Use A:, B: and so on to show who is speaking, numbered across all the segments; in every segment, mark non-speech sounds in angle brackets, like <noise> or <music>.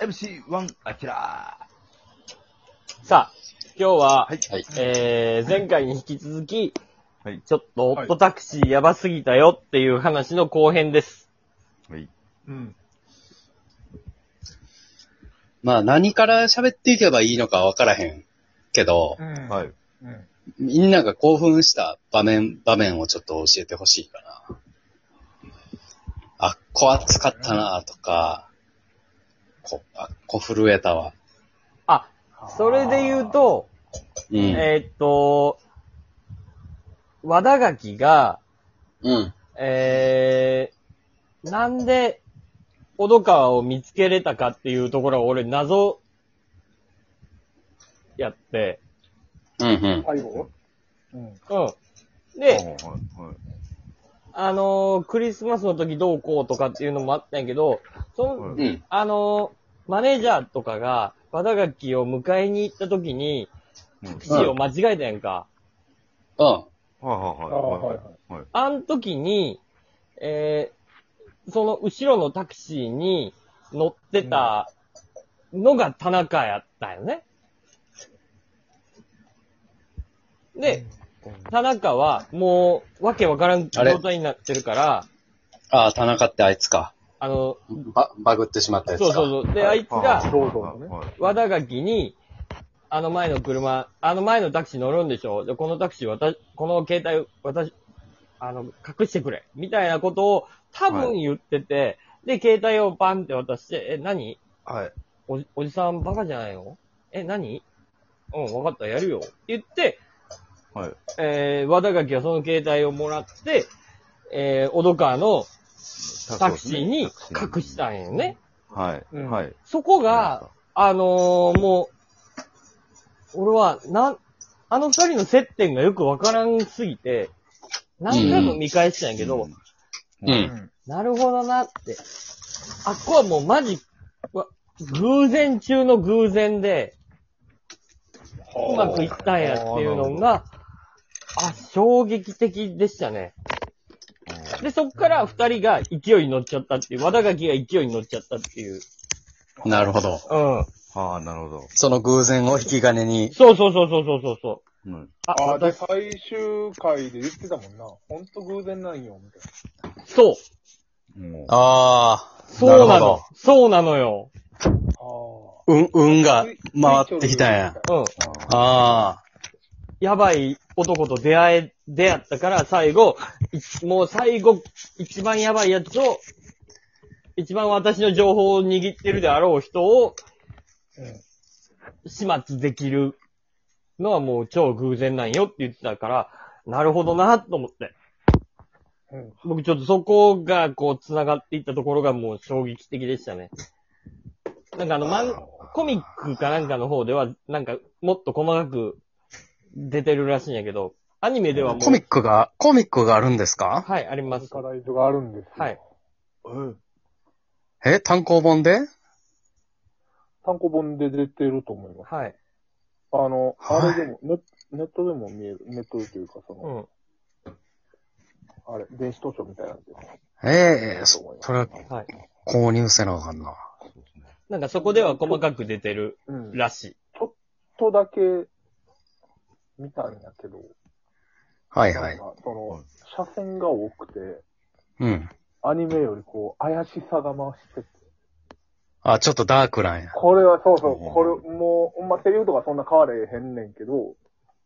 A: 4MC1 アキラ
B: さあ、今日は、
A: はい。
C: はい。
B: えー、前回に引き続き、
A: はい
B: ちょっとオットタクシーやばすぎたよっていう話の後編です。
A: はい。
D: うん。
C: まあ何から喋っていけばいいのかわからへんけど、
D: うん。。
A: はいい。
D: うん。
C: みんなが興奮した場面、場面をちょっと教えてほしいかな。あっこ熱かったなとか、こ、あっこ震えたわ。
B: あ、それで言うと、
C: うん。
B: えーっと、和田垣が、
C: うん。
B: えー、なんで、小戸川を見つけれたかっていうところは俺謎、やって、
C: うんうん。
D: 最後うん。
B: うん。
A: はい。
B: で、
A: はい。
B: あのークリスマスの時どうこうとかっていうのもあったんやけど、その、
A: はい
C: うん。
B: あのーマネージャーとかが、和田垣を迎えに行った時に、
A: うん
B: タクシーを間違えたやんか。
C: うん。
A: はい
D: ああ
A: はは
D: はいい
A: い。はい。
B: あん時に、えーその後ろのタクシーに乗ってたのが田中やったよね。で、田中はもうわけわからん状態になってるから、
C: ああ、田中ってあいつか。
B: あの、
C: ば、バグってしまったやつ
B: そ
C: か。
B: うそうそう。で、あいつが、
D: どうぞね
A: はいはい
B: 和田垣に、あの前の車、あの前のタクシー乗るんでしょじゃあこのタクシー私、この携帯私、あの、隠してくれ。みたいなことを多分言ってて、で、携帯をバンって渡して、え、何
A: はい。
B: おじ、おじさんバカじゃないのえ、何うん、わかった、やるよ。って言って、
A: はい。
B: えー、和田垣はその携帯をもらって、えー、小戸川のタクシーに隠し
A: い。
B: たんよね。
A: はい。
D: うん
A: はい。
B: そこが、あのー、もう、俺は、なん、あの二人の接点がよくわからんすぎて、何回も見返したんやけど、
A: うん
C: う。
D: うんん。
B: なるほどなって。あっこはもうマジ、わ偶然中の偶然で、うまくいったんやっていうのが、あ、衝撃的でしたね。で、そっから二人が勢いに乗っちゃったっていう、和田垣が勢いに乗っちゃったっていう。
C: なるほど。
B: うん。
A: ああ、なるほど。
C: その偶然を引き金に。
B: そうそうそうそうそうそうそう。
A: うん。
B: あ、
D: ああ、で、
B: 私、
D: 最終回で言ってたもんな。ほんと偶然なんよ、みたい
B: そう。
A: もう
C: ああ。
B: そう
C: る
B: な
C: ほ
B: の
C: ど。。
B: そうなのよ。
D: な。ああ。
C: うん、運が回ってきたんや。
B: うん。
A: あ
C: ああ。
B: やばい男と出会え、出会ったから、最後、いもう最後、一番やばいやつを、一番私の情報を握ってるであろう人を
D: うん。
B: 始末できるのはもう超偶然なんよって言ってたから、なるほどなと思って。
D: うん。
B: 僕ちょっとそこがこう繋がっていったところがもう衝撃的でしたね。なんかあの、まん、コミックかなんかの方では、なんかもっと細かく出てるらしいんやけど、アニメではもう、
C: コミックが、コミックがあるんですか
B: はい、ありま
D: ス
B: す。
D: カ
B: は
D: ライズがあるんですよ。
B: い。。
A: うん。
C: え単行本で
D: 単行本で出てると思います。
B: はい。
D: あの、
C: はい
D: あれでも、ネネットでも見える。ネットでというか、そうの、
B: ん。
D: あれ、電子図書みたいなんで。
C: ええ
D: 思
C: そ
D: い、ます
C: それは
B: はい。
C: 購入せなあかんな。
B: なんかそこでは細かく出てる
D: うん。ち
B: らしい。
D: ょっとだけ、見たんやけど。
C: はいはい。
D: なんかそ
A: はい
D: の、車線が多くて、
C: うん。
D: アニメよりこう、怪しさが増してて、
C: あ、ちょっとダークなんや。
D: これはそうそう、
A: うん
D: これ、もう、ほんまセリフとかそんな変われへんねんけど、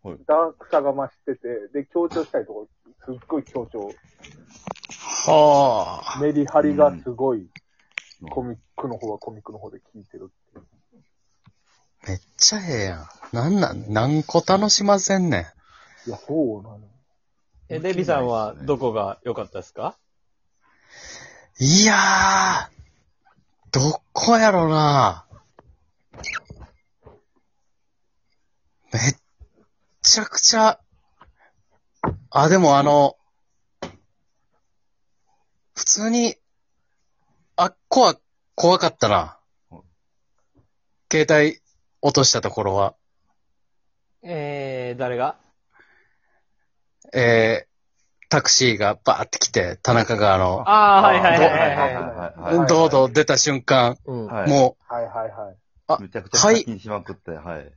A: はい
D: ダークさが増してて、で、強調したいところ、すっごい強調。
C: はあ。
D: メリハリがすご
A: う
D: い、
A: ん
D: コミックの方はコミックの方で聞いてるっていう。
C: めっちゃええやん。なんなん、何個楽しませんねん。
D: いや、そうなの。
B: え、デビさんはどこが良かったですか
C: いやー、どこやろな。めっちゃくちゃ、あ、でもあの、普通に、あっこは怖かったな
A: うん。
C: 携帯落としたところは。
B: えー、誰が
C: えタクシーがバーって来て、田中があの、
B: ああ、はいはいはい
A: は
B: はいい
A: は
B: はい。
A: いはい。
C: どうぞ出た瞬間、
B: うん。
A: はい
C: もう、
D: はいはいはい。
A: むちゃくちゃ課金しまくって、はい。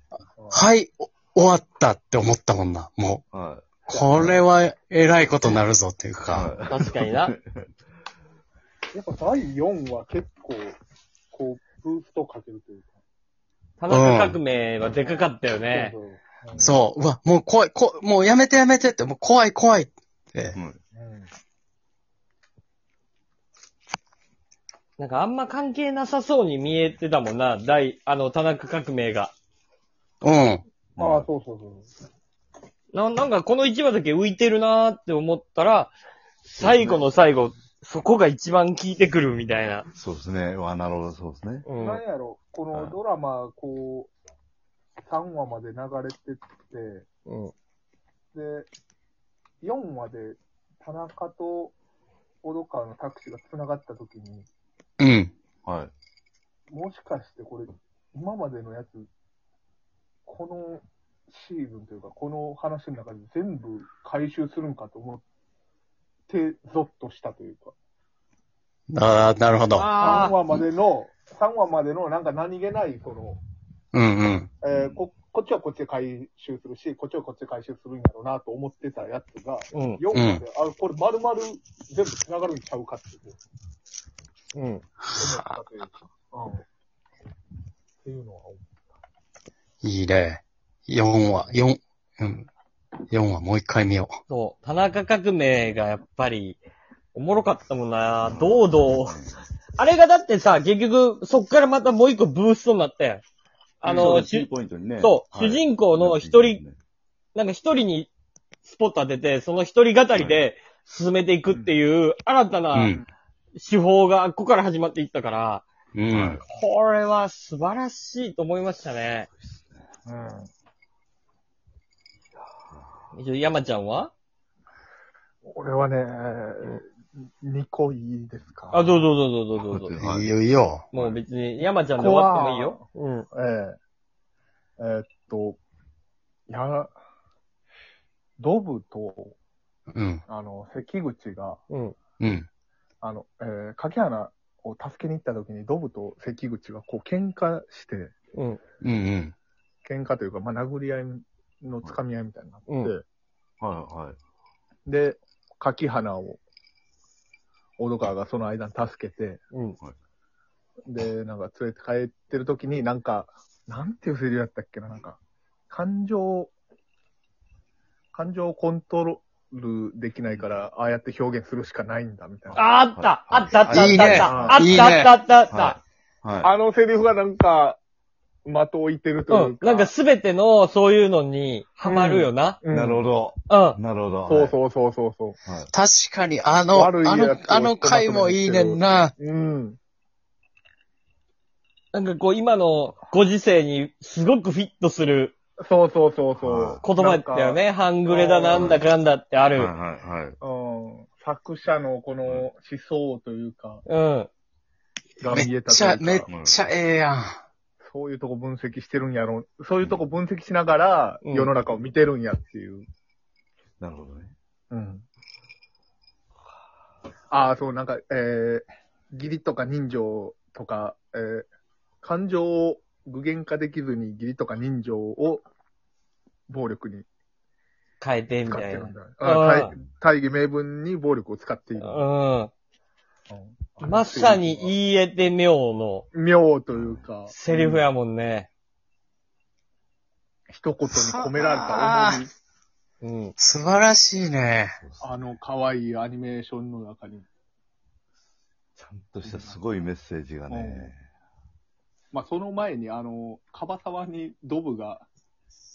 C: はい、お終わったって思ったもんな。もう、
A: は
C: これは偉いことなるぞっていう
A: い。
C: か、
A: は
B: 確かにな。
D: やっぱ第4話結構、こう、ブーストかけるというか。
B: 田中革命はでかかったよね。
D: そうそううん
C: そう、うわ、もう怖い、こもうやめてやめてって、もう怖い怖いって
A: い。う。ん
D: うん
B: なんかあんま関係なさそうに見えてたもんな、大、あの、田中革命が。
C: うん。
D: ああ、そうそうそう。
B: な、なんかこの1話だけ浮いてるなーって思ったら、最後の最後、そこが一番効いてくるみたいな。
A: そうですね。わなるほど、そうですね。
B: うん。
D: なんやろ、このドラマ、こう、3話まで流れてって、
B: うん。
D: で、4話で田中と小戸川のタクシーが繋がった時に、
C: うん。
A: はい。
D: もしかしてこれ、今までのやつ、このシーズンというか、この話の中で全部回収するんかと思って、ゾッとしたというか、
C: ああ、なるほど。
D: 3
B: ああ、
D: 話までの、3話までのなんか何気ない、その、
C: うんうん。
D: えーこ、こっちはこっちで回収するし、こっちはこっちで回収するんだろうなと思ってたやつが、
B: うん。
D: 4話で、あ、これ丸々全部繋がるんちゃうかっていう。
B: うん。
D: 思ったというか。うん。っていうのは思う。
C: いいね。4話、4、うん。4話もう一回見よ
B: そう。田中革命がやっぱり、おもろかったもんな。堂々。あれがだってさ、結局、そっからまたもう一個ブーストになったやん。あの、
A: 主人
B: 主
A: ポイントにね。
B: そう主人公の一人。なんか一人にスポット当てて、その一人語りで進めていくっていう、新た
C: う。う。
B: なん手法がここから始まっていったから、
C: うん。
B: これは素晴らしいと思いましたね。山ちゃんは
D: 俺はね、2個いいですか
B: あ、どうぞどうぞどうぞどうぞ。
A: はい
C: いいよいいよ。
B: もう別に山ちゃんで終わってもいいよ。
D: うん、えええーっと、いや、ドブと、
C: うん。
D: あの、関口が、
B: うん。
C: うん。
D: あの、えー、柿花を助けに行った時に、ドブと関口がこう喧嘩して、
B: うん。
C: うんうん。
D: 喧嘩というか、まあ、殴り合いの掴み合いみたいになって、
B: うん
A: はいはい。
D: で、柿花を、小戸川がその間に助けて、
B: うん。
D: で、なんか連れて帰ってる時に、なんか、なんていうセリフだったっけな、なんか、感情、感情をコントロールできないから、ああやって表現するしかないんだ、みたいな。
B: ああったあったあったあ
C: いいね
B: ったあ
C: いい
B: っ
C: ね
B: たあったあったあったあっ
A: はい。はい。
D: あのセリフがなんか、的を置いてる
B: た
D: と
B: う。
D: いうんか。
B: なんかすべてのそういうのにハマるよな。
D: うん、
A: なるほど。
B: うん。
A: なるほど。
D: そうそうそうそうそう。
A: う。はい。
C: 確かに、あの、あ
D: 悪いやつを
C: の、あの回もいいねんな。
D: うん。
B: なんかこう今のご時世にすごくフィットする
D: そうそうそうそう。
B: 言葉だったよね。半グレだなんだかんだってあ
A: はい
B: る。
A: はいはい。
D: うん作者のこの思想というか、
B: うん。
D: が
C: め
D: 見え
C: ったち
D: とい
C: ゃ、
D: うか
C: めっちゃええやん。
D: そういうとこ分析してるんやろう、そういうとこ分析しながら、
B: うん
D: 世の中を見てるんやっていう。
A: なるほどね。
D: うん。ああ、そう、なんか、えー、義理とか人情とか、えー、感情を具現化できずに義理とか人情を暴力に
B: 変えてみ
D: 使ったて
B: い
D: る
B: な。
D: んだ。
B: あ
D: あー大大義名分に暴力を使っている。
B: うん。まさに
D: い。
B: 言えて妙の
D: 妙というか。
B: セリフやもんね。
D: 一言に込められた思い、
B: うん。
C: 素晴らしいね。
D: あの可愛いアニメーションの中に。
A: ちゃんとしたすごいメッセージがね。
D: まあ、その前に、あの、樺沢にドブが、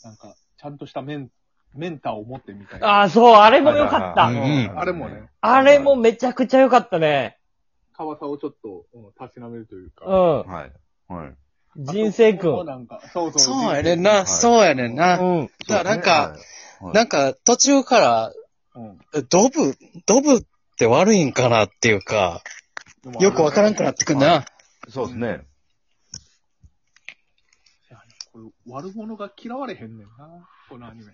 D: なんか、ちゃんとしたメン、メンターを持ってみたいな。
B: ああ、そう、あれも良かっ
A: うん
B: た。
C: うん
D: あれもね、
B: あれもめちゃくちゃ良かったね。
D: 樺沢をちょっと、うん、たしなめるという
B: う
D: か。
B: ん。
A: はい。はい。
B: 人生
D: 君
B: 君。
D: なんか、そうそう。
C: そうやねん
D: 人
A: は
C: な、
A: い
C: そうやねん
B: う
C: な。
B: ん。
C: だからなんか、
A: はい、
C: なん
A: か、
C: か、途中から、
D: 生君。
C: ドブ、ドブって悪いんかなっていうか、
D: うん
C: よくわからんくなってくんな。
A: そうですね。
D: これ、悪者が嫌われへんねんな、このアニメ。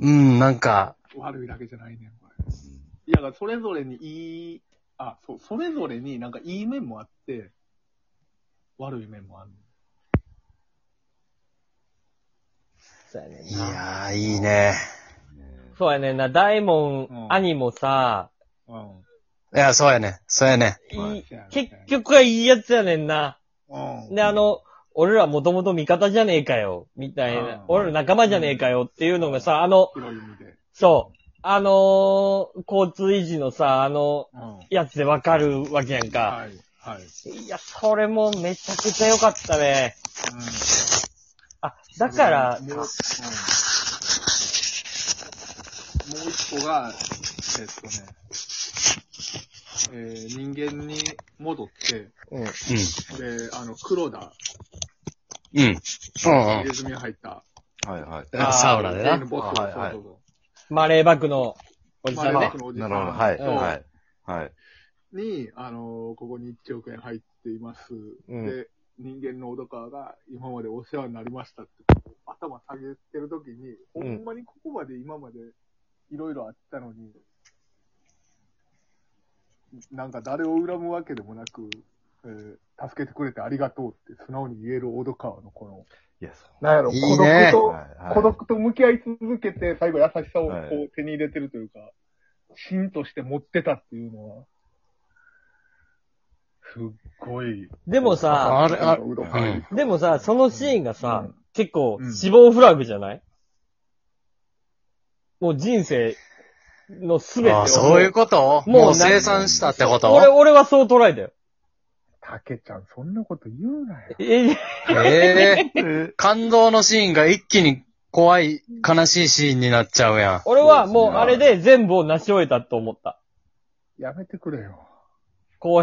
C: うん、なんか、
D: 悪いだけじゃないねん、これ。いや、だからそれぞれにいい、あ、そう、それぞれになんかいい面もあって、悪い面もある。
B: そうやねん
C: い
B: な。
C: やー、いいね。
B: そうやねんな。大門、
D: うん
B: 兄もさ、
D: うん。
C: いや、そうやね。そうやね。
B: いい
A: はい
B: 結局はいいやつやねんな。
D: うん。
B: で、あの、俺らもともと味方じゃねえかよ、みたい
D: うん
B: な。俺ら仲間じゃねえかよっていうのがさ、あの、
D: 広い意味で。
B: そう、あのー交通維持のさ、あの、
D: うん。は
B: やつでわかるわけやん
D: い。
B: か。
D: はい。
B: いや、それもめちゃくちゃ良かったね。あ、だから
D: もう、、うんもう一個が、えっとね、えー人間に戻って、
B: うん。
D: で、あの、黒田、
C: うん。うん。うん
D: 入れ墨入った、
A: はいはい。
C: うん。サウナで
D: 例
C: な
D: の。ボス、
A: はいはい
D: そうそう
B: マレーバックのおじ
D: そう
B: さん
D: マレーバッ
B: ね
D: ク。のおじさ
A: なんるほど。はい。
B: う
D: と
B: ん
A: はい。はい。
D: に、あの、ここに1億円入っています。
B: うん
D: で、人間の小戸川が今までお世話になりましたって、頭下げてる時に、ほ
B: うん
D: んまにここまで今までいろいろあったのに、なんか誰を恨むわけでもなく、えー助けてくれてありがとうって素直に言える小戸川のこの、
A: いや、そ
D: なんやろ、
C: い
D: 孤
C: い
D: 独と、
C: ね
A: はいはい
D: 孤独と向き合い続けて、最後優しさをこ
A: は
D: う手に入れてるというか、芯として持ってたっていうのは、すっごい。
B: でもさ、
C: あれ、あれ、
D: うどん
C: うん
B: でもさ、そのシーンがさ、
D: うん
B: 結構
D: うん
B: 死亡フラグじゃない、もう人生のすべてを。
C: あーそういうこと
B: もう
C: もう生産したってこ
B: 俺、
C: と
B: 俺はそう捉えたよ。
D: たけちゃん、そんなこと言うなよ。
B: ええ
C: ええ
A: う。
C: <laughs>
A: え
C: 感動のシーンが一気に怖い、悲しいシーンになっちゃうやん。
B: 俺はもう
A: そうですね
B: あれで全部を成し終えたと思った。
D: やめてくれよ。
B: 公平